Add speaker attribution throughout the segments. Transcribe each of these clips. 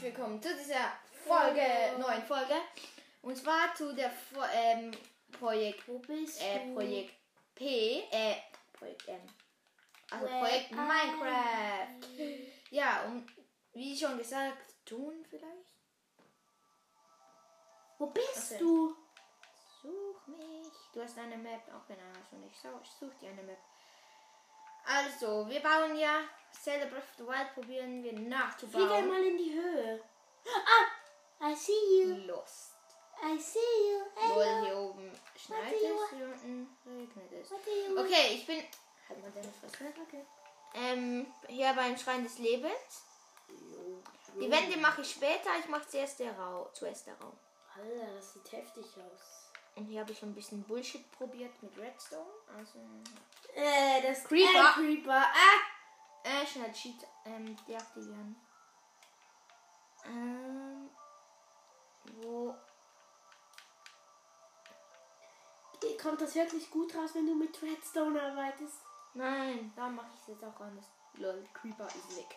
Speaker 1: willkommen zu dieser Folge, neuen Folge. Und zwar zu der Fo ähm, Projekt,
Speaker 2: Wo bist
Speaker 1: äh,
Speaker 2: du?
Speaker 1: Projekt P, äh, Projekt M. Also
Speaker 2: Well,
Speaker 1: Projekt
Speaker 2: I-
Speaker 1: Minecraft. Ja, und wie schon gesagt, tun vielleicht?
Speaker 2: Wo bist
Speaker 1: Okay.
Speaker 2: du?
Speaker 1: Such mich. Du hast eine Map. Okay, nein, hast du nicht. So, ich such dir eine Map. Also, wir bauen ja Zelda Breath of the Wild, probieren wir
Speaker 2: Flieg
Speaker 1: nachzubauen.
Speaker 2: einmal in die Höhe. Ah, I see you.
Speaker 1: Lost.
Speaker 2: I see you.
Speaker 1: Obwohl
Speaker 2: Hello.
Speaker 1: hier oben schneit
Speaker 2: Warte,
Speaker 1: es,
Speaker 2: Junge.
Speaker 1: hier unten regnet es.
Speaker 2: What do you want?
Speaker 1: Okay, ich bin. Halt mal deine Fresse. Okay. Ähm, hier beim Schrein des Lebens. Die Wände mache ich später, ich mache zuerst der Raum. Zuerst der Raum.
Speaker 2: Alter, das sieht heftig aus.
Speaker 1: Und hier habe ich ein bisschen Bullshit probiert mit Redstone. Also.
Speaker 2: Äh, das
Speaker 1: Creeper.
Speaker 2: Äh, Creeper. Ah!
Speaker 1: Äh, schnell Cheat ähm, deaktivieren. Ähm. Wo.
Speaker 2: Äh, Kommt das wirklich gut raus, wenn du mit Redstone arbeitest?
Speaker 1: Nein, da mache ich es jetzt auch anders. Lol, Creeper ist weg.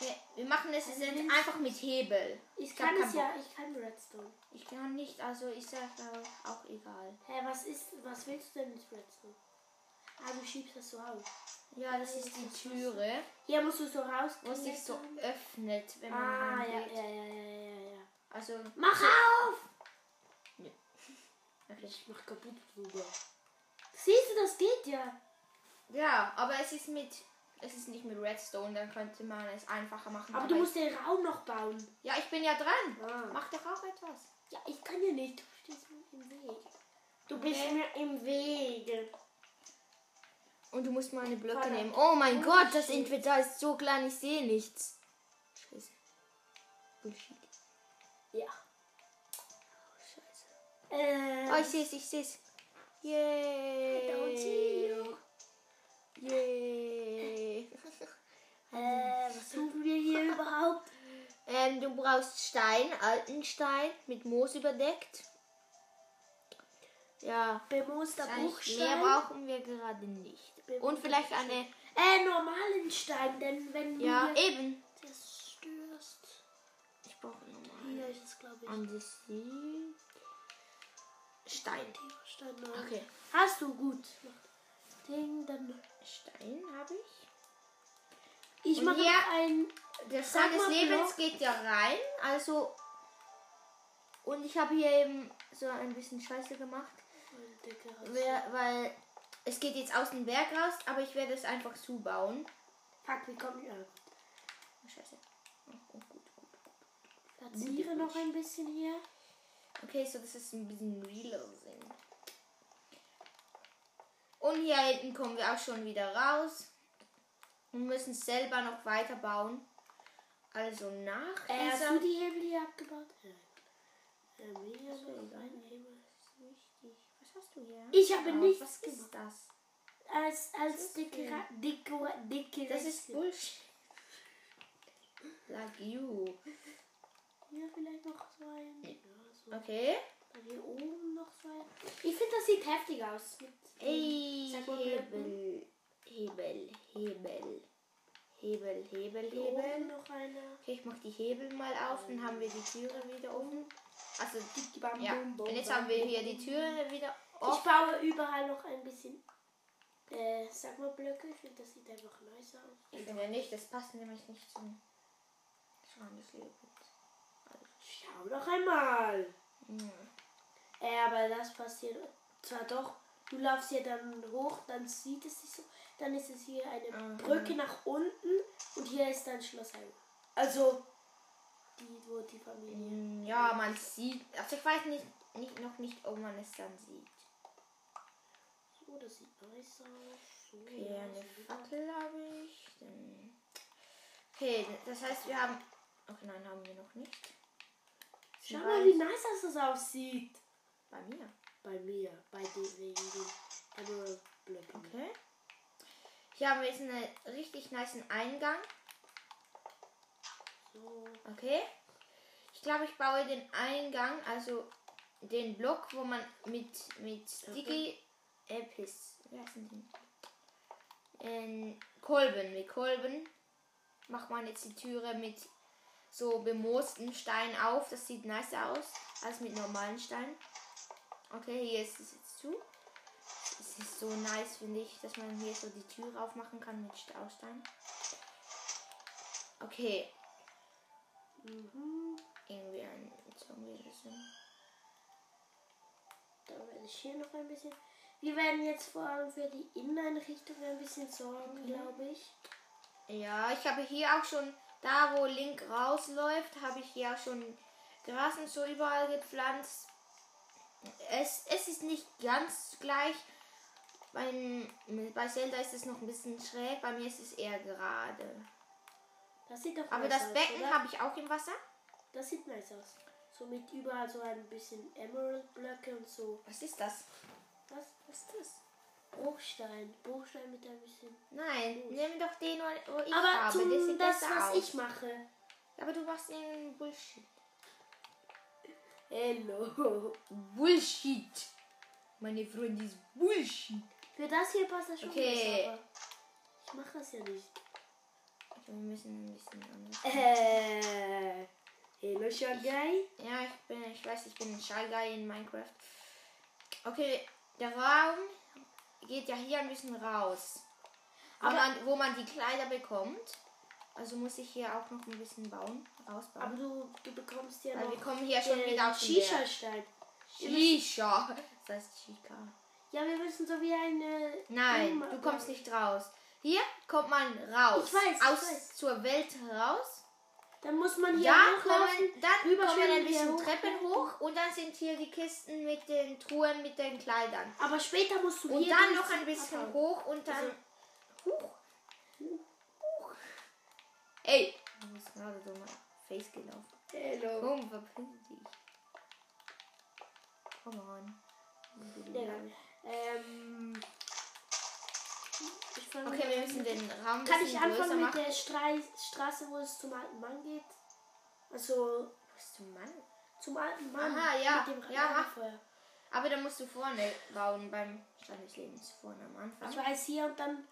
Speaker 1: Okay, wir machen es jetzt einfach mit Hebel.
Speaker 2: Ich
Speaker 1: hab
Speaker 2: kann
Speaker 1: keinen
Speaker 2: es ja, ich kann Redstone.
Speaker 1: Ich kann nicht, also ich sage auch, auch egal.
Speaker 2: Hä, was ist, was willst du denn mit Redstone? Ah, du schiebst das so auf.
Speaker 1: Ja, das ist die Türe,
Speaker 2: Hier musst du so raus.
Speaker 1: wo sich so öffnet, wenn man
Speaker 2: Ah, ja,
Speaker 1: reingeht.
Speaker 2: ja, ja, ja, ja, ja.
Speaker 1: Also,
Speaker 2: Mach auf!
Speaker 1: okay.
Speaker 2: Ich mach kaputt, Bruder. Siehst du, das geht ja.
Speaker 1: ja, aber es ist mit, es ist nicht mit Redstone, dann könnte man es einfacher machen.
Speaker 2: Aber, du
Speaker 1: ich-
Speaker 2: musst den Raum noch bauen.
Speaker 1: ja, ich bin ja dran.
Speaker 2: Ah.
Speaker 1: Mach doch auch etwas.
Speaker 2: Ja, ich kann ja nicht. Du stehst mir im Weg. Du
Speaker 1: bist
Speaker 2: mir im Weg.
Speaker 1: Und du musst meine Blöcke
Speaker 2: Warte.
Speaker 1: nehmen. Oh mein
Speaker 2: Oh,
Speaker 1: Gott, das
Speaker 2: shit.
Speaker 1: Inventar ist so klein, ich sehe nichts. Scheiße. Bullshit.
Speaker 2: Ja.
Speaker 1: Scheiße.
Speaker 2: Äh,
Speaker 1: Oh, ich sehe es, ich sehe es. Yay.
Speaker 2: I don't see you.
Speaker 1: Yay.
Speaker 2: äh, was suchen wir hier überhaupt?
Speaker 1: Ähm, du brauchst Stein, alten Stein, mit Moos überdeckt. Ja.
Speaker 2: Bemooster
Speaker 1: Mehr
Speaker 2: Buchstaben.
Speaker 1: brauchen wir gerade nicht. Und vielleicht eine.
Speaker 2: Äh, normalen Stein, denn wenn du
Speaker 1: Ja,
Speaker 2: hier
Speaker 1: eben.
Speaker 2: das störst.
Speaker 1: Ich brauche nochmal.
Speaker 2: Hier ist es, glaube ich.
Speaker 1: An das Sie- Stein.
Speaker 2: Stein ne?
Speaker 1: Okay.
Speaker 2: Hast du gut. Ding, dann.
Speaker 1: Stein habe ich.
Speaker 2: Ich
Speaker 1: Und
Speaker 2: mache
Speaker 1: hier-
Speaker 2: noch ein.
Speaker 1: Der
Speaker 2: Sag
Speaker 1: Stein des
Speaker 2: mal,
Speaker 1: Lebens
Speaker 2: Block.
Speaker 1: geht ja rein. Also. Und ich habe hier eben so ein bisschen Scheiße gemacht. Wer- Weil es geht jetzt aus dem Berg raus, aber ich werde es einfach zubauen.
Speaker 2: Fuck, wie kommt ihr?
Speaker 1: Oh, Scheiße. Oh, gut, gut.
Speaker 2: Platziere noch ein bisschen hier.
Speaker 1: Okay, so dass es ein bisschen realer sind. Und hier hinten kommen wir auch schon wieder raus. Und müssen selber noch weiter bauen. Also nach
Speaker 2: Äh, hast
Speaker 1: dieser-
Speaker 2: du die Hebel hier abgebaut? Nein. Ähm, hier
Speaker 1: So,
Speaker 2: noch
Speaker 1: egal.
Speaker 2: ein Hebel.
Speaker 1: Wichtig. Was hast du hier?
Speaker 2: Ich habe
Speaker 1: Oh,
Speaker 2: nichts
Speaker 1: Was
Speaker 2: gemacht.
Speaker 1: ist das?
Speaker 2: Als, als
Speaker 1: ist viel.
Speaker 2: dicke, dicke, dicke.
Speaker 1: Das ist
Speaker 2: Reste.
Speaker 1: Bullshit. Like you.
Speaker 2: Hier vielleicht noch so ein. Ja, so.
Speaker 1: Okay.
Speaker 2: Dann hier oben noch so ein. Ich finde, das sieht heftig aus. Mit
Speaker 1: Ey,
Speaker 2: Sag mal,
Speaker 1: Hebel, Hebel, Hebel, Hebel, Hebel,
Speaker 2: hier oben
Speaker 1: Hebel.
Speaker 2: noch eine.
Speaker 1: Okay, ich mach die Hebel mal auf, dann haben wir die Türe wieder offen. Also,
Speaker 2: Dick, bam,
Speaker 1: ja.
Speaker 2: bum, bum,
Speaker 1: Und jetzt
Speaker 2: bam,
Speaker 1: haben wir
Speaker 2: bum,
Speaker 1: hier
Speaker 2: bum.
Speaker 1: die Türe wieder
Speaker 2: Ich
Speaker 1: offen.
Speaker 2: baue überall noch ein bisschen. Äh, sag mal Blöcke, ich finde, das sieht einfach nice aus.
Speaker 1: Ich finde nicht, das passt nämlich nicht zum Schrein des Lebens.
Speaker 2: Schau doch einmal. Äh, aber das passiert zwar doch. Du laufst hier dann hoch, dann sieht es sich so. Dann ist es hier eine
Speaker 1: Mhm.
Speaker 2: Brücke nach unten und hier ist dann Schloss Heim. Also die, wo die Familie.
Speaker 1: Mm, Ja, man sieht, also ich weiß nicht, nicht, noch nicht, ob man es dann sieht.
Speaker 2: So, Oh, das sieht nice aus. So,
Speaker 1: Okay,
Speaker 2: ja,
Speaker 1: eine
Speaker 2: so.
Speaker 1: Fackel habe ich. Dann okay, das heißt, wir haben. Okay, nein, haben wir noch nicht.
Speaker 2: Schau mal, wie nice das, das aussieht.
Speaker 1: Bei mir.
Speaker 2: Bei mir, bei den wegen den anderen Blöcken.
Speaker 1: Okay. Hier haben wir jetzt einen richtig niceen Eingang.
Speaker 2: So.
Speaker 1: Okay. Ich glaube, ich baue den Eingang, also den Block, wo man mit, mit Sticky Apples, wie heißen die? Ähm, Kolben, mit Kolben macht man jetzt die Türe mit so bemoosten Steinen auf. Das sieht nicer aus als mit normalen Steinen. Okay, hier ist es jetzt zu. Es ist so nice, finde ich, dass man hier so die Tür aufmachen kann mit St- aus Stein. Okay,
Speaker 2: Mhm.
Speaker 1: irgendwie ein Zombie. das sind-
Speaker 2: Dann werde ich hier noch ein bisschen. Wir werden jetzt vor allem für die Inneneinrichtung ein bisschen sorgen, glaube ich.
Speaker 1: Ja, ich habe hier auch schon, da wo Link rausläuft, habe ich hier auch schon Gras und so überall gepflanzt. Es, es ist nicht ganz gleich. Bei, bei Zelda ist es noch ein bisschen schräg, bei mir ist es eher gerade.
Speaker 2: Das sieht doch
Speaker 1: Aber
Speaker 2: nice
Speaker 1: das
Speaker 2: aus,
Speaker 1: Becken
Speaker 2: oder?
Speaker 1: habe ich auch im Wasser.
Speaker 2: Das sieht nice aus. So mit überall so ein bisschen Emerald-Blöcke und so.
Speaker 1: Was ist das?
Speaker 2: Was was ist das? Bruchstein. Bruchstein mit ein bisschen.
Speaker 1: Nein, nimm doch den, wo ich
Speaker 2: Aber
Speaker 1: habe.
Speaker 2: zum,
Speaker 1: der sieht
Speaker 2: das,
Speaker 1: besser
Speaker 2: was
Speaker 1: aus.
Speaker 2: ich mache.
Speaker 1: Aber du machst den Bullshit.
Speaker 2: Hello.
Speaker 1: Bullshit. Meine Freundin ist Bullshit.
Speaker 2: Für das hier passt das schon
Speaker 1: Okay.
Speaker 2: besser, aber ich mache das ja nicht.
Speaker 1: Wir müssen ein bisschen anders.
Speaker 2: Äh. Hello, Shot Guy.
Speaker 1: Ja, ich bin, ich weiß, ich bin ein Shy Guy in Minecraft. Okay, der Raum geht ja hier ein bisschen raus. Wo
Speaker 2: Aber-
Speaker 1: man, wo man die Kleider bekommt. Also muss ich hier auch noch ein bisschen bauen,
Speaker 2: Aber
Speaker 1: rausbauen.
Speaker 2: du, du bekommst ja
Speaker 1: Weil
Speaker 2: noch
Speaker 1: wir kommen hier schon wieder auf den Berg.
Speaker 2: Shisha-Stein.
Speaker 1: Shisha. Das heißt Chica.
Speaker 2: Ja, wir müssen so wie eine.
Speaker 1: Nein,
Speaker 2: Oma-
Speaker 1: du kommst nicht raus. Hier kommt man raus.
Speaker 2: Ich weiß, ich
Speaker 1: aus
Speaker 2: weiß.
Speaker 1: zur Welt raus.
Speaker 2: Dann muss man hier
Speaker 1: Ja,
Speaker 2: hochlaufen.
Speaker 1: kommen, dann
Speaker 2: Überschwemmen
Speaker 1: kommen ein
Speaker 2: wir
Speaker 1: bisschen
Speaker 2: hoch.
Speaker 1: Treppen hoch und dann sind hier die Kisten mit den Truhen mit den Kleidern.
Speaker 2: Aber später musst du
Speaker 1: Und
Speaker 2: hier
Speaker 1: dann
Speaker 2: durch-
Speaker 1: noch ein bisschen
Speaker 2: abhauen.
Speaker 1: hoch und dann.
Speaker 2: Also-
Speaker 1: Huch. Huch. Ey! Du bist gerade so mein Face gelaufen.
Speaker 2: Hello.
Speaker 1: Warum verpiss dich? Come on.
Speaker 2: Ja. Ähm. Ich fang
Speaker 1: Okay,
Speaker 2: mal
Speaker 1: wir
Speaker 2: an
Speaker 1: müssen
Speaker 2: mit-
Speaker 1: den Raum ein
Speaker 2: Kann ich
Speaker 1: bisschen größer
Speaker 2: anfangen mit
Speaker 1: machen.
Speaker 2: der Stra Straße, wo es zum alten Mann geht? Also
Speaker 1: Bist du Mann?
Speaker 2: zum alten Mann.
Speaker 1: Aha, ja,
Speaker 2: Mit dem
Speaker 1: ja, mach.
Speaker 2: Lagerfeuer.
Speaker 1: Aber dann musst du vorne bauen beim Stand des Lebens. Vorne am Anfang.
Speaker 2: Ich weiß hier und dann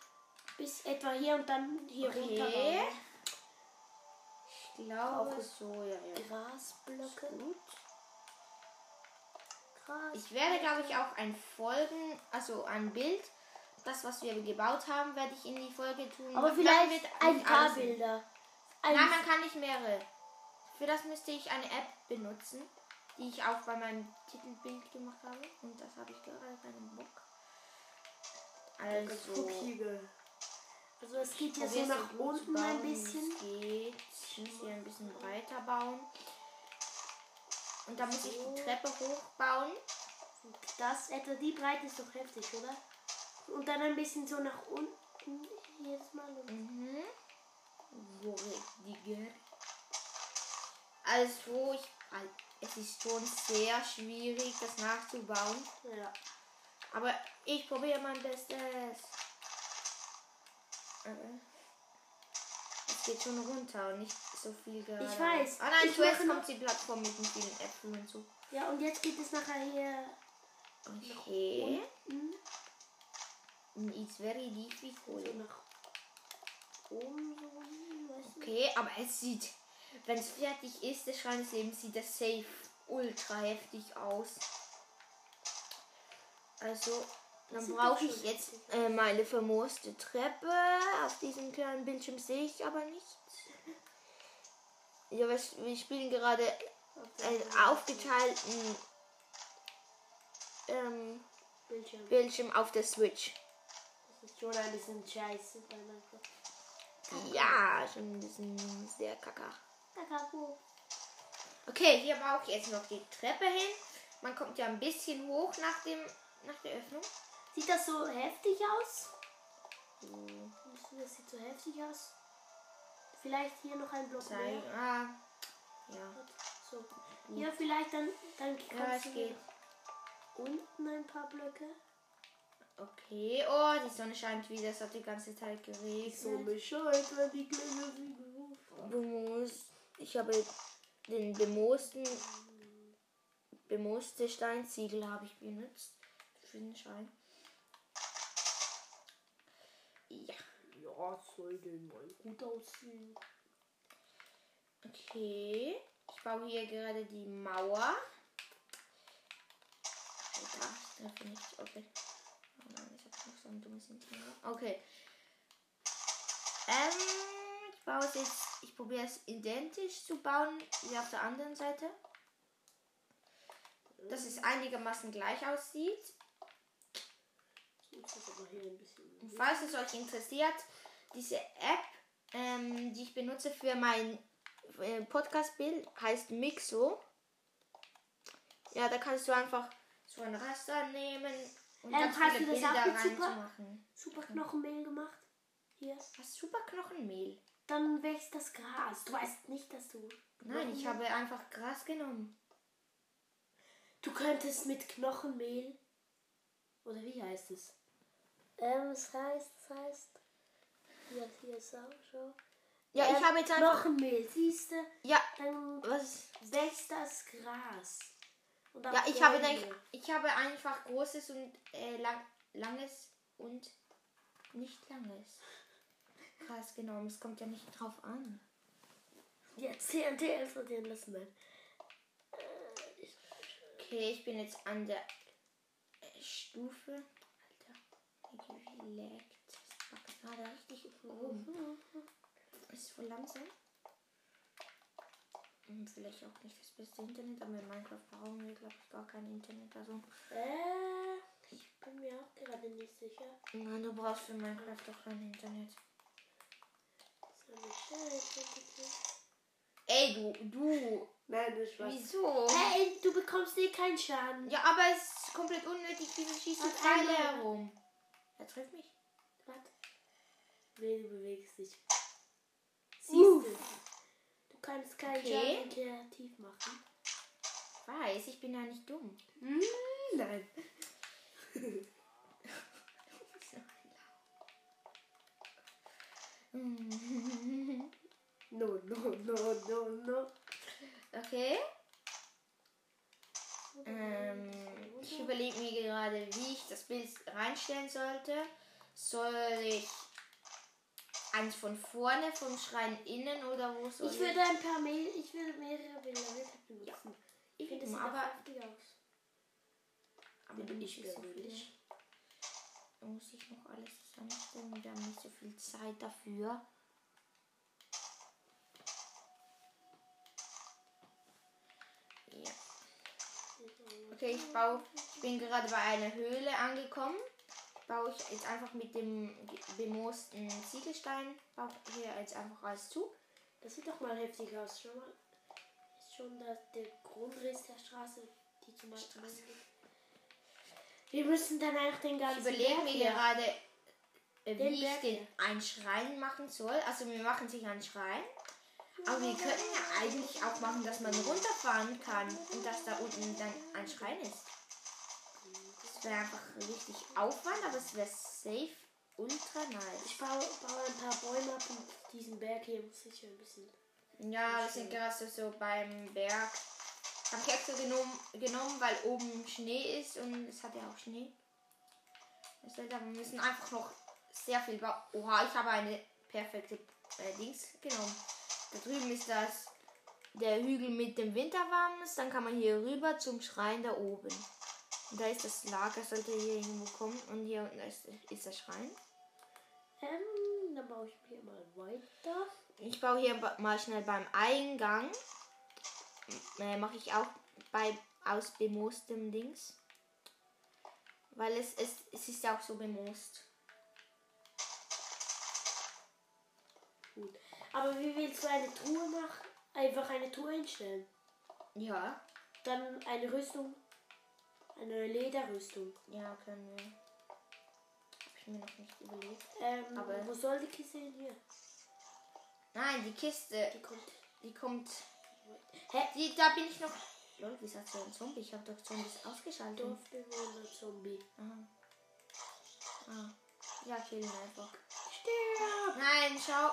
Speaker 2: bis etwa hier und dann hier
Speaker 1: Okay.
Speaker 2: runter. bauen.
Speaker 1: Ich glaube
Speaker 2: Auch gut.
Speaker 1: so, ja, ja.
Speaker 2: Grasblöcke.
Speaker 1: Gut.
Speaker 2: Gras.
Speaker 1: Ich werde, glaube ich, auch ein Folgen, also ein Bild, das, was wir gebaut haben, werde ich in die Folge tun.
Speaker 2: Aber
Speaker 1: Man
Speaker 2: vielleicht
Speaker 1: wird
Speaker 2: ein
Speaker 1: nicht
Speaker 2: paar
Speaker 1: alles-
Speaker 2: Bilder. Ein
Speaker 1: Nein, man kann nicht mehrere. Für das müsste ich eine App benutzen, die ich auch bei meinem Titelbild gemacht habe. Und das habe ich gerade keinen Bock. Also,
Speaker 2: Also es geht ja
Speaker 1: probier's
Speaker 2: so nach
Speaker 1: gut zu
Speaker 2: unten
Speaker 1: bauen,
Speaker 2: ein
Speaker 1: wie es
Speaker 2: bisschen.
Speaker 1: Geht. Ich muss hier ein bisschen breiter bauen. Und da muss ich die Treppe hochbauen.
Speaker 2: Und das etwa die Breite ist doch heftig, oder? Und dann ein bisschen so nach unten jedes Mal. Und
Speaker 1: Mhm. So richtig. Also, ich, al- es ist schon sehr schwierig, das nachzubauen.
Speaker 2: ja.
Speaker 1: Aber ich probiere mein Bestes. Aber Es geht schon runter und nicht so viel gerade.
Speaker 2: weiß.
Speaker 1: Ah nein,
Speaker 2: Ich
Speaker 1: zuerst
Speaker 2: mache noch-
Speaker 1: kommt die Plattform mit den vielen Äpfeln und so.
Speaker 2: ja, und jetzt geht es nachher hier
Speaker 1: Okay.
Speaker 2: unten,
Speaker 1: It's very difficult.
Speaker 2: so nach oben. So, hin, weißt du?
Speaker 1: Okay, aber es sieht, wenn es fertig ist, der Schrein des Lebens, sieht das safe ultra heftig aus. Also, dann
Speaker 2: sieht
Speaker 1: brauche
Speaker 2: doch
Speaker 1: ich
Speaker 2: schon
Speaker 1: jetzt äh, meine vermooste Treppe. Auf diesem kleinen Bildschirm sehe ich aber nichts. Ja, wir, sch- wir spielen gerade einen aufgeteilten ähm,
Speaker 2: Bildschirm.
Speaker 1: Bildschirm auf der Switch.
Speaker 2: Das ist schon ein bisschen scheiße bei Minecraft.
Speaker 1: Ja, schon ein bisschen sehr kacke.
Speaker 2: Kakapo.
Speaker 1: Okay, hier brauche ich jetzt noch die Treppe hin. Man kommt ja ein bisschen hoch nach dem nach der Öffnung.
Speaker 2: Sieht das so heftig aus?
Speaker 1: So,
Speaker 2: Findest du, Das sieht so heftig aus. Vielleicht hier noch ein Block
Speaker 1: Zeig,
Speaker 2: mehr.
Speaker 1: ah, ja.
Speaker 2: So. Ja, vielleicht dann, dann kannst
Speaker 1: Ja, es
Speaker 2: du
Speaker 1: geht.
Speaker 2: unten ein paar Blöcke.
Speaker 1: Okay, oh, die Sonne scheint wieder. Es hat die ganze Zeit geregnet.
Speaker 2: bescheuert, wenn die kleine Figur.
Speaker 1: Bemos. Ich habe den bemoosten bemooste Steinziegel habe ich benutzt für den Schein. Ja.
Speaker 2: Ja, soll denn mal gut aussehen.
Speaker 1: Okay. Ich baue hier gerade die Mauer. Oh, Alter, ich treffe nicht. Okay. Oh nein, ich hab noch so ein dummes Interieur. Okay. Ähm, ich baue es jetzt. Ich probiere es identisch zu bauen wie auf der anderen Seite. Dass es einigermaßen gleich aussieht.
Speaker 2: Jetzt ist aber hier ein bisschen.
Speaker 1: Und falls es euch interessiert, diese App, ähm, die ich benutze für mein äh, Podcast-Bild, heißt Mixo. Ja, da kannst du einfach so ein Raster nehmen und
Speaker 2: Ja,
Speaker 1: dann
Speaker 2: Ähm, hast
Speaker 1: viele
Speaker 2: du das
Speaker 1: Bilder
Speaker 2: auch mit Super?
Speaker 1: reinzumachen.
Speaker 2: Super Knochenmehl gemacht. Hier.
Speaker 1: Hast super Knochenmehl?
Speaker 2: Dann wächst das Gras. Du weißt nicht, dass du.
Speaker 1: Nein, ich habe einfach Gras genommen.
Speaker 2: Du könntest mit Knochenmehl. Oder wie heißt es? Ähm, es heißt, es heißt. Ja, hier ist auch schon.
Speaker 1: Ja, ich
Speaker 2: Ähm,
Speaker 1: habe jetzt einfach.
Speaker 2: Knochenmehl, siehst du?
Speaker 1: Ja,
Speaker 2: Dann
Speaker 1: was?
Speaker 2: wächst das Gras. Und auch
Speaker 1: Ja, ich habe,
Speaker 2: Bäume.
Speaker 1: denk, ich habe einfach großes und äh, lang, langes und nicht langes Gras genommen. Es kommt ja nicht drauf an.
Speaker 2: Ja, CNT explodieren lassen, nein.
Speaker 1: Okay, ich bin jetzt an der äh, Stufe. Alter, wie geleckt. Das war gerade richtig oben. Ist voll langsam. Hm, Vielleicht auch nicht das beste Internet, aber in Minecraft brauchen wir, glaube ich, gar kein Internet. Also,
Speaker 2: Äh, ich bin mir auch gerade nicht sicher.
Speaker 1: nein, du brauchst für Minecraft doch kein Internet.
Speaker 2: So, eine Stelle, äh, ich denke,
Speaker 1: Ey, du, du,
Speaker 2: Nein, das war's.
Speaker 1: wieso?
Speaker 2: Hey, du bekommst dir keinen Schaden.
Speaker 1: Ja, aber es ist komplett unnötig, diese schießen
Speaker 2: Warte,
Speaker 1: Pfeile
Speaker 2: einmal.
Speaker 1: herum. Er trifft mich.
Speaker 2: Warte. Nee, du bewegst dich. Siehst
Speaker 1: Uff.
Speaker 2: du? Du kannst keinen
Speaker 1: Okay.
Speaker 2: Schaden kreativ machen.
Speaker 1: Ich weiß, ich bin ja nicht dumm.
Speaker 2: nein.
Speaker 1: Hm,
Speaker 2: No, no, no, no, no.
Speaker 1: Okay. Ähm, ich überlege mir gerade, wie ich das Bild reinstellen sollte. Soll ich eins von vorne vom Schrein innen oder wo soll
Speaker 2: Ich würde ein paar Mail, ich würde mehrere Bilder benutzen.
Speaker 1: Ja.
Speaker 2: Ich finde das
Speaker 1: Eben,
Speaker 2: aber
Speaker 1: aber-
Speaker 2: heftig aus.
Speaker 1: Aber dann
Speaker 2: Ich
Speaker 1: ist es so
Speaker 2: glaube
Speaker 1: viel.
Speaker 2: nicht.
Speaker 1: Da muss ich noch alles zusammenstellen. Wir haben nicht so viel Zeit dafür. Ja. Okay, ich baue. Ich bin gerade bei einer Höhle angekommen. Baue ich jetzt einfach mit dem ge- bemoosten Ziegelstein. Baue hier jetzt einfach alles zu.
Speaker 2: Das sieht doch mal heftig aus. Schon mal ist schon das, der Grundriss der Straße, die zum Beispiel. Wir müssen danach den
Speaker 1: Ich
Speaker 2: ganzen
Speaker 1: überlege
Speaker 2: Berg
Speaker 1: mir
Speaker 2: hier-
Speaker 1: gerade, äh,
Speaker 2: Den
Speaker 1: wie ich
Speaker 2: Berg
Speaker 1: den einen Schrein machen soll. Also wir machen sich einen Schrein. Aber wir können ja eigentlich auch machen, dass man runterfahren kann und dass da unten dann ein Schrein ist. Das wäre einfach richtig Aufwand, aber es wäre safe ultra nice.
Speaker 2: Ich baue, baue ein paar Bäume ab und diesen Berg hier muss ich ein bisschen.
Speaker 1: Ja, wir sind gerade so- so beim Berg. Hab ich extra genommen, genommen, weil oben Schnee ist und es hat ja auch Schnee. Das heißt, wir müssen einfach noch sehr viel bauen. Oha, ich habe eine perfekte äh, Dings genommen. Da drüben ist das der Hügel mit dem Winterwarmes. Dann kann man hier rüber zum Schrein da oben. Und da ist das Lager, sollte hier irgendwo kommen. Und hier unten ist, ist der Schrein.
Speaker 2: Ähm, dann baue ich hier mal weiter.
Speaker 1: Ich baue hier ba- mal schnell beim Eingang. M- Äh, Mache ich auch bei aus bemoostem Dings. Weil es ist, es ist ja auch so bemoost.
Speaker 2: Gut. Aber wie willst du eine Truhe machen? Einfach eine Truhe hinstellen.
Speaker 1: Ja.
Speaker 2: Dann eine Rüstung. Eine Lederrüstung.
Speaker 1: Ja, können wir. Hab ich mir noch nicht überlegt.
Speaker 2: Ähm,
Speaker 1: Aber-
Speaker 2: wo soll die Kiste hin? Hier.
Speaker 1: Nein, die Kiste,
Speaker 2: Die kommt.
Speaker 1: die kommt.
Speaker 2: Hä?
Speaker 1: Die, da bin ich noch. Lol, wie sagt so ein Zombie? Ich habe doch Zombies ausgeschaltet.
Speaker 2: Dorfbewohner Zombie.
Speaker 1: Aha. Ah. Ja, killen einfach.
Speaker 2: Stirb!
Speaker 1: Nein, schau.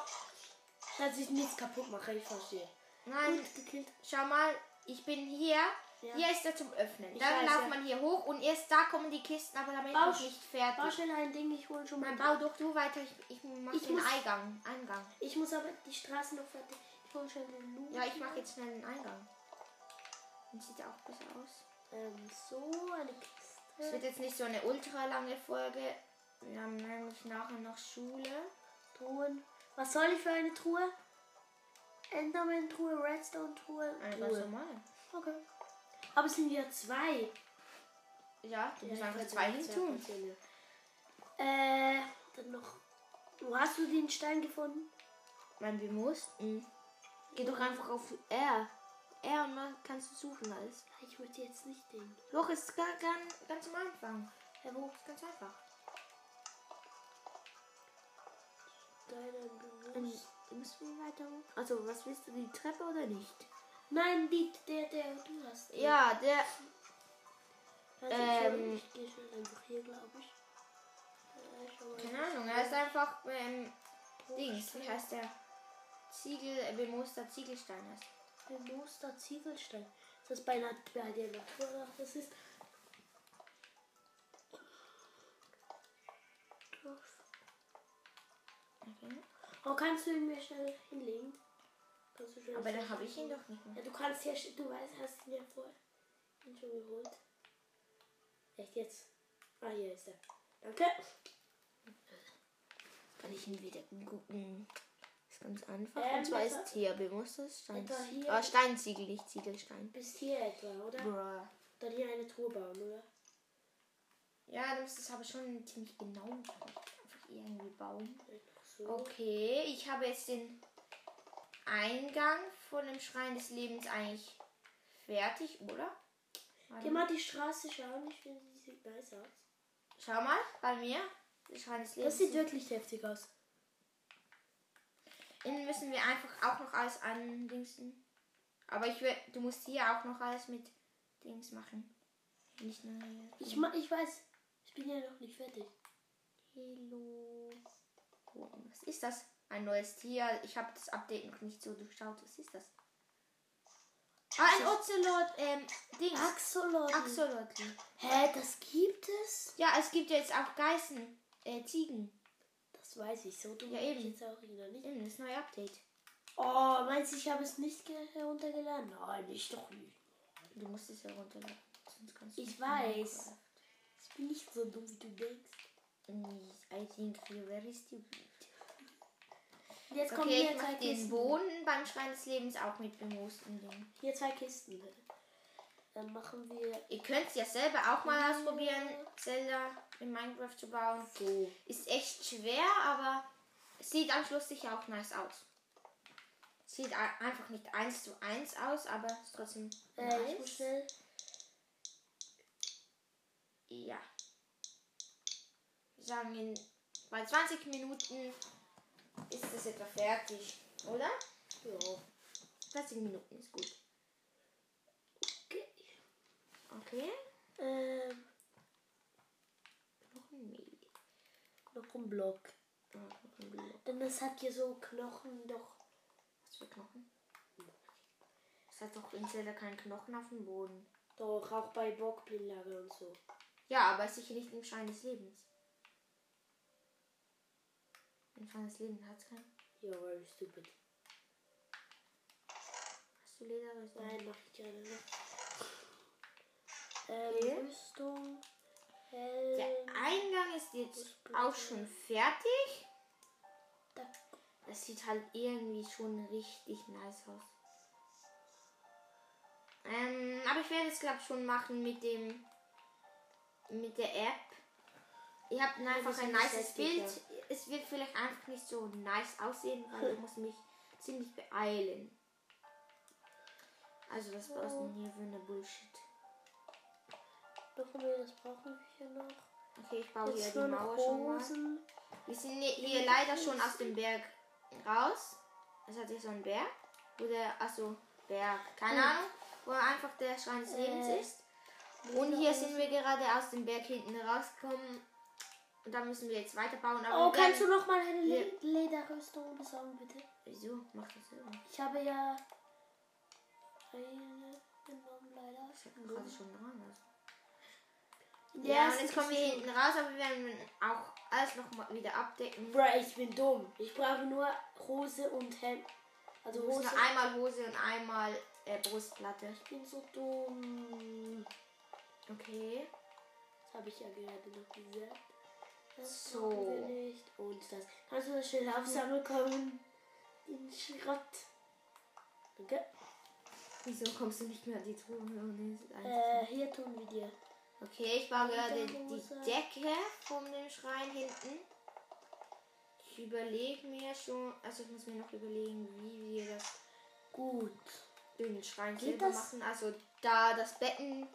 Speaker 2: Dass ich nichts kaputt mache, ich verstehe.
Speaker 1: Nein,
Speaker 2: Gut gekillt.
Speaker 1: schau mal. Ich bin hier.
Speaker 2: Ja.
Speaker 1: Hier ist er zum Öffnen.
Speaker 2: Ich
Speaker 1: Dann
Speaker 2: weiß,
Speaker 1: lauft
Speaker 2: ja.
Speaker 1: man hier hoch und erst da kommen die Kisten, aber damit
Speaker 2: Bau-
Speaker 1: bin ich nicht fertig.
Speaker 2: Bau schnell ein Ding, ich hole schon mal.
Speaker 1: Dann bau doch du weiter. Ich, ich mach
Speaker 2: Ich
Speaker 1: den
Speaker 2: muss-
Speaker 1: Eingang. Eingang.
Speaker 2: Ich muss aber die Straße noch fertig. Hol schnell den Lu.
Speaker 1: Ja, ich mache jetzt schnell den Eingang. Dann sieht er auch besser aus.
Speaker 2: Ähm, so, eine
Speaker 1: Es wird
Speaker 2: Kiste.
Speaker 1: jetzt nicht so eine ultra lange Folge. Wir haben nämlich nachher noch Schule.
Speaker 2: Truhen. Was soll ich für eine Truhe? Enderman-Truhe, Redstone-Truhe.
Speaker 1: Einfach so
Speaker 2: Truhe.
Speaker 1: mal.
Speaker 2: Okay. Aber es sind ja zwei.
Speaker 1: Ja, du musst
Speaker 2: Ja,
Speaker 1: einfach
Speaker 2: ich
Speaker 1: zwei
Speaker 2: weiß,
Speaker 1: hin
Speaker 2: ja, Konzerne. Äh, dann noch. Wo hast du den Stein gefunden?
Speaker 1: Weil wir mussten. Geh doch einfach auf R. R und dann kannst du suchen alles.
Speaker 2: Ich wollte jetzt nicht den.
Speaker 1: Doch, ist ganz, ganz, ganz am Anfang.
Speaker 2: Hä, wo?
Speaker 1: Ist ganz einfach.
Speaker 2: Deine
Speaker 1: Ähm, Müssen wir weiter hoch? Also, was willst du, die Treppe oder nicht?
Speaker 2: Nein, die, der, der, du hast. den.
Speaker 1: Ja, der.
Speaker 2: Weiß ich schon.
Speaker 1: ähm,
Speaker 2: ich gehe schon einfach hier, glaube ich. Äh, schau mal.
Speaker 1: Keine Ahnung, er ist einfach beim Dings. Wie heißt der? Ziegel, äh, bemuster Ziegelstein ist.
Speaker 2: Der Muster Ziegelstein. Ist das bei, einer, bei der Natur? oder was Das ist.
Speaker 1: Okay.
Speaker 2: Oh, kannst du ihn mir schnell hinlegen? Kannst du schnell
Speaker 1: Aber dann habe ich ihn doch nicht mehr.
Speaker 2: Ja, du kannst ja, sch- du weißt, hast ihn ja vorher ihn schon geholt. Echt jetzt? Ah, hier ist er. Danke.
Speaker 1: Kann ich ihn wieder gucken? Ist ganz einfach.
Speaker 2: Ähm,
Speaker 1: Und zwar
Speaker 2: etwa-
Speaker 1: ist hier bemustertes Stein.
Speaker 2: etwa hier-
Speaker 1: Ah, Steinziegel, nicht Ziegelstein.
Speaker 2: Bis hier etwa, oder?
Speaker 1: Bruh.
Speaker 2: Dann hier eine Truhe bauen, oder?
Speaker 1: Ja, du musst es aber schon ziemlich genau einfach irgendwie bauen.
Speaker 2: Einfach So.
Speaker 1: Oh. Okay, ich habe jetzt den Eingang von dem Schrein des Lebens eigentlich fertig, oder? Warte
Speaker 2: Geh mal die Straße schauen, ich finde, die sieht nice aus.
Speaker 1: Schau mal, bei mir. Der Schrein des Lebens.
Speaker 2: Das sieht wirklich heftig aus.
Speaker 1: Innen müssen wir einfach auch noch alles andingsen. Aber ich will, du musst hier auch noch alles mit Dings machen. Nicht nur hier.
Speaker 2: Ich, ma ich weiß, ich bin ja noch nicht fertig.
Speaker 1: Hello. Oh, was ist das? Ein neues Tier. Ich habe das Update noch nicht so durchschaut. Was ist das? Ah, ein Ocelot. Ähm, Dings.
Speaker 2: Axolotl.
Speaker 1: Axolotl.
Speaker 2: Hä, das gibt es?
Speaker 1: Ja, es gibt ja jetzt auch Geißen. Äh, Ziegen.
Speaker 2: Das weiß ich, so dumm
Speaker 1: Ja,
Speaker 2: bin ich
Speaker 1: eben.
Speaker 2: jetzt auch wieder nicht.
Speaker 1: Innen, das neue Update.
Speaker 2: Oh, meinst du, ich habe es nicht ge- heruntergeladen? Nein, ich doch nicht.
Speaker 1: Du musst es ja runterladen. Sonst kannst du
Speaker 2: Ich
Speaker 1: nicht
Speaker 2: weiß.
Speaker 1: mehr-
Speaker 2: Ich bin nicht so dumm, wie du denkst.
Speaker 1: I think you're very stupid.
Speaker 2: Und Jetzt kommen
Speaker 1: Okay,
Speaker 2: hier
Speaker 1: ich
Speaker 2: zwei
Speaker 1: mache den
Speaker 2: Kisten.
Speaker 1: Boden beim Schrein des Lebens auch mit bemoosten Dingen.
Speaker 2: Hier zwei Kisten. Dann machen wir
Speaker 1: Ihr könnt es ja selber auch mal ausprobieren, Zelda in Minecraft zu bauen.
Speaker 2: so.
Speaker 1: Ist echt schwer, aber es sieht am Schluss sicher auch nice aus. Sieht a- einfach nicht eins zu eins aus, aber ist trotzdem
Speaker 2: Äh, ich muss
Speaker 1: nice.
Speaker 2: schnell.
Speaker 1: Ja. Wir Sagen in bei 20 Minuten ist das etwa fertig, oder?
Speaker 2: Ja.
Speaker 1: 20 Minuten ist gut.
Speaker 2: Okay.
Speaker 1: Okay.
Speaker 2: Ähm,
Speaker 1: Noch ein Mehl.
Speaker 2: noch ein Block.
Speaker 1: Ah, noch ein Mehl.
Speaker 2: Denn das hat hier so Knochen doch.
Speaker 1: Was für Knochen? Es hat doch in Zelda keinen Knochen auf dem Boden.
Speaker 2: Doch, auch bei Bockblindlage und so.
Speaker 1: Ja, aber sicher nicht im Schein des Lebens. Im Schein des Lebens hat es keinen.
Speaker 2: Ja, very stupid.
Speaker 1: Hast du Leder? Hast du
Speaker 2: Nein, mach ich gerne noch. Ähm,
Speaker 1: Okay.
Speaker 2: Rüstung.
Speaker 1: Der
Speaker 2: Helm.
Speaker 1: Eingang ist jetzt auch schon fertig.
Speaker 2: Da.
Speaker 1: Das sieht halt irgendwie schon richtig nice aus. Ähm, aber ich werde es glaube ich schon machen mit dem mit der App. Ihr habt einfach
Speaker 2: bisschen
Speaker 1: ein nices
Speaker 2: beschäftigt,
Speaker 1: Bild. Es wird vielleicht einfach nicht so nice aussehen, weil ich muss mich ziemlich beeilen. Also das war denn hier für eine Bullshit.
Speaker 2: Noch mehr, das brauchen wir hier noch.
Speaker 1: Okay, ich baue Genau, hier
Speaker 2: Jetzt
Speaker 1: die
Speaker 2: nur noch
Speaker 1: Mauer schon mal.
Speaker 2: Rosen.
Speaker 1: Wir sind ne- hier leider schon aus dem Berg raus. Es hat hier so einen Berg. Wo der, achso, Berg, keine Ahnung, wo einfach der Schrein des Lebens
Speaker 2: Äh,
Speaker 1: ist. Und hier sind wir gerade aus dem Berg hinten rausgekommen. Und da müssen wir jetzt weiterbauen. Aber
Speaker 2: Oh,
Speaker 1: wir
Speaker 2: kannst du
Speaker 1: werden-
Speaker 2: noch mal eine Le Lederrüstung besorgen, bitte?
Speaker 1: Wieso? Mach das selber.
Speaker 2: Ich habe ja eine genommen, leider.
Speaker 1: Ich hab gerade schon dran. Also.
Speaker 2: In der
Speaker 1: Ja, und
Speaker 2: ersten
Speaker 1: jetzt kommen wir
Speaker 2: Kiste-
Speaker 1: hinten raus, aber wir werden auch alles nochmal wieder abdecken.
Speaker 2: Bruh, ich bin dumm. Ich brauche nur Hose und Hemd.
Speaker 1: Also
Speaker 2: Also
Speaker 1: Hose.
Speaker 2: Hose.
Speaker 1: Nur einmal Hose und einmal äh, Brustplatte.
Speaker 2: Ich bin so dumm.
Speaker 1: Okay.
Speaker 2: Das habe ich ja gerade noch gesagt. Das
Speaker 1: So.
Speaker 2: brauchen wir nicht. Und das. Kannst du das schnell aufsammeln kommen? Den Schrott. Danke.
Speaker 1: Wieso kommst du nicht mehr an die Truhe? Oh, nee, es ist eins.
Speaker 2: Äh, hier tun wir dir.
Speaker 1: Okay, ich baue gerade die
Speaker 2: Unterhose.
Speaker 1: Decke von dem Schrein hinten. Ich überlege mir schon, also ich muss mir noch überlegen, wie wir das
Speaker 2: Gut.
Speaker 1: den Schrein
Speaker 2: Geht
Speaker 1: selber
Speaker 2: das?
Speaker 1: machen. Also da das Becken,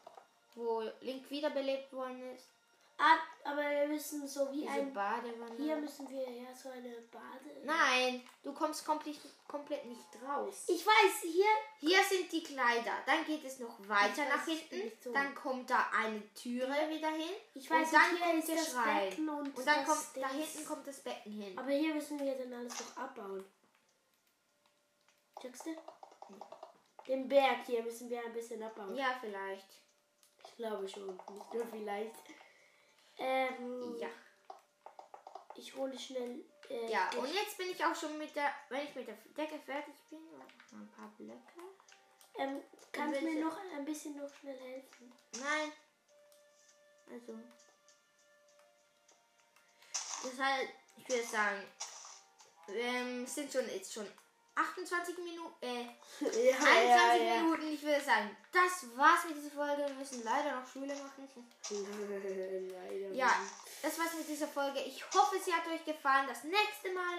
Speaker 1: wo Link wiederbelebt worden ist,
Speaker 2: Ah, aber wir müssen so wie
Speaker 1: diese
Speaker 2: ein.
Speaker 1: Badewanne.
Speaker 2: Hier müssen wir ja so eine Bade.
Speaker 1: Nein, du kommst komplett, komplett nicht raus.
Speaker 2: Ich weiß, hier.
Speaker 1: Hier sind die Kleider. Dann geht es noch weiter
Speaker 2: Ich
Speaker 1: nach
Speaker 2: weiß, ich bin
Speaker 1: hinten.
Speaker 2: nicht so-
Speaker 1: Dann kommt da eine Türe wieder hin.
Speaker 2: Ich weiß,
Speaker 1: und dann
Speaker 2: nicht, hier
Speaker 1: kommt
Speaker 2: ist
Speaker 1: der
Speaker 2: das
Speaker 1: Schrein.
Speaker 2: Becken und,
Speaker 1: Und dann
Speaker 2: das
Speaker 1: kommt, da
Speaker 2: Dings.
Speaker 1: hinten kommt das Becken hin.
Speaker 2: Aber hier müssen wir dann alles noch abbauen. Checkst du? Den Berg hier müssen wir ein bisschen abbauen.
Speaker 1: Ja, vielleicht.
Speaker 2: Ich glaube schon. Nicht nur vielleicht. Ähm,
Speaker 1: Ja.
Speaker 2: Ich hole schnell. Äh,
Speaker 1: Ja,
Speaker 2: den-
Speaker 1: und jetzt bin ich auch schon mit der, wenn ich mit der Decke fertig bin, warte, noch ein paar Blöcke.
Speaker 2: ähm, kannst du
Speaker 1: welche-
Speaker 2: mir noch ein bisschen noch schnell helfen?
Speaker 1: Nein. Also. Deshalb, ich würde sagen, ähm, es sind schon jetzt schon 28 Minuten, äh,
Speaker 2: ja,
Speaker 1: 21 Minuten. Ich würde sagen, das war's mit dieser Folge. Wir müssen leider noch Schule machen. Ja, das war's mit dieser Folge. Ich hoffe, sie hat euch gefallen. Das nächste Mal,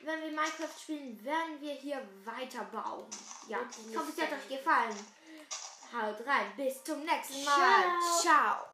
Speaker 1: wenn wir Minecraft spielen, werden wir hier weiterbauen. Ja, ich hoffe, sie hat euch gefallen. Haut rein. Bis zum nächsten Mal.
Speaker 2: Ciao.
Speaker 1: Ciao.